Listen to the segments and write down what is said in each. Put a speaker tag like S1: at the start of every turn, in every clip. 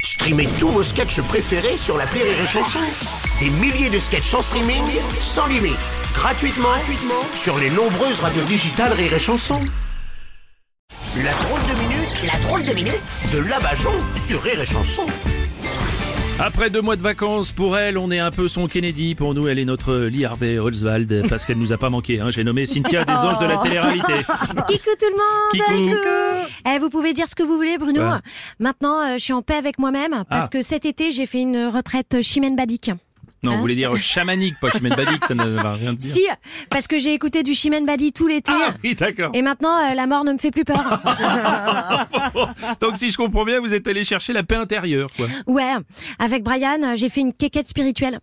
S1: Streamez tous vos sketchs préférés sur la Rire et Chanson. Des milliers de sketchs en streaming, sans limite, gratuitement, gratuitement sur les nombreuses radios digitales Rire et Chanson. La drôle de minute, la drôle de minute de Labajon sur Rire et Chanson.
S2: Après deux mois de vacances, pour elle, on est un peu son Kennedy. Pour nous, elle est notre Lee Harvey Oswald, parce qu'elle nous a pas manqué. Hein. J'ai nommé Cynthia des anges de la télé-réalité.
S3: Kikou tout le monde
S2: Kikou.
S3: Eh, Vous pouvez dire ce que vous voulez Bruno.
S2: Ouais.
S3: Maintenant, euh, je suis en paix avec moi-même parce
S2: Ah.
S3: que cet été, j'ai fait une retraite euh, chimène badique.
S2: Non, vous voulez dire chamanique, pas chimène badique, ça ne va rien dire.
S3: Si, parce que j'ai écouté du chimène badi tout l'été.
S2: Ah oui, d'accord.
S3: Et maintenant, euh, la mort ne me fait plus peur.
S2: Donc si je comprends bien, vous êtes allé chercher la paix intérieure, quoi.
S3: Ouais, avec Brian, euh, j'ai fait une quéquette spirituelle.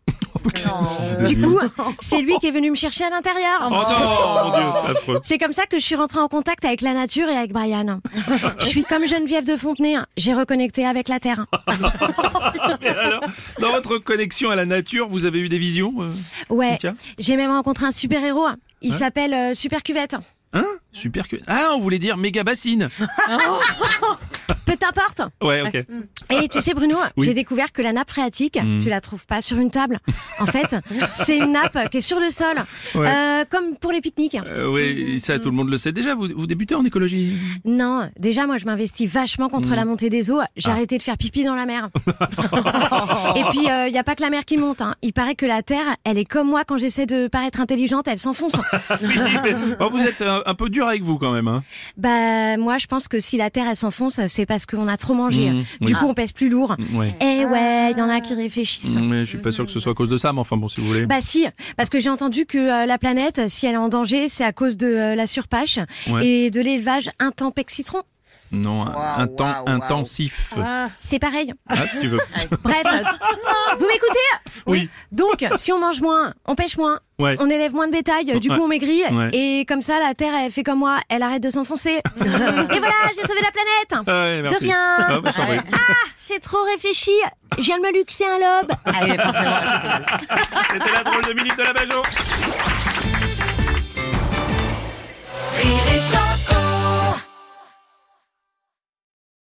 S3: Du
S2: Oh
S3: coup, c'est lui qui est venu me chercher à l'intérieur.
S2: non, Oh, mon dieu, c'est affreux.
S3: C'est comme ça que je suis rentrée en contact avec la nature et avec Brian. Je suis comme Geneviève de Fontenay, j'ai reconnecté avec la Terre.
S2: Et alors, dans votre connexion à la nature, vous avez eu des visions euh,
S3: Ouais,
S2: Cynthia
S3: j'ai même rencontré un super-héros. Il s'appelle euh, Super Cuvette.
S2: Hein Super que... Ah, on voulait dire méga bassine.
S3: Peu t'importe.
S2: Ouais, ok.
S3: Et tu sais, Bruno,
S2: Oui. Hmm.
S3: j'ai découvert que la nappe phréatique, tu la trouves pas sur une table. En fait, c'est une nappe qui est sur le sol,
S2: Ouais.
S3: Euh, comme pour les pique-niques.
S2: Euh, oui, ça, tout le monde le sait déjà. Vous, vous débutez en écologie.
S3: Non, déjà, moi, je m'investis vachement
S2: Hmm.
S3: contre la montée des eaux.
S2: Ah.
S3: J'ai arrêté de faire pipi dans la mer. Et puis, il y a pas que la mer qui monte. hein. Il paraît que la Terre, elle est comme moi quand j'essaie de paraître intelligente, elle s'enfonce.
S2: Bon, Oh, vous êtes un, un peu dur avec vous quand même. Hein.
S3: bah, moi, je pense que si la Terre, elle s'enfonce, c'est parce qu'on a trop mangé.
S2: Mhm,
S3: Du
S2: oui. Hmm.
S3: coup, on pèse plus lourd.
S2: Ouais.
S3: Eh ouais, il y en a qui réfléchissent.
S2: Mais je suis pas sûr que ce soit à cause de ça, mais enfin bon, si vous voulez.
S3: Bah si, parce que j'ai entendu que euh, la planète, si elle est en danger, c'est à cause de euh, la surpêche
S2: Ouais.
S3: et de l'élevage intempec citron.
S2: Non, un, un
S4: Waouh,
S2: temps
S4: waouh,
S2: intensif.
S3: C'est pareil.
S2: Ah, tu veux.
S3: Bref, euh, vous m'écoutez
S2: Oui.
S3: Donc, si on mange moins, on pêche moins,
S2: Ouais.
S3: on élève moins de bétail, euh, du coup
S2: Ouais.
S3: on maigrit,
S2: Ouais.
S3: et comme ça la Terre, elle fait comme moi, elle arrête de s'enfoncer. et voilà, j'ai sauvé la planète
S2: Ah ouais, merci.
S3: De rien
S2: Ah, bah, je t'en prie.
S3: J'ai trop réfléchi, je viens de me luxer un lobe
S2: C'était la drôle de minute de la Bajon.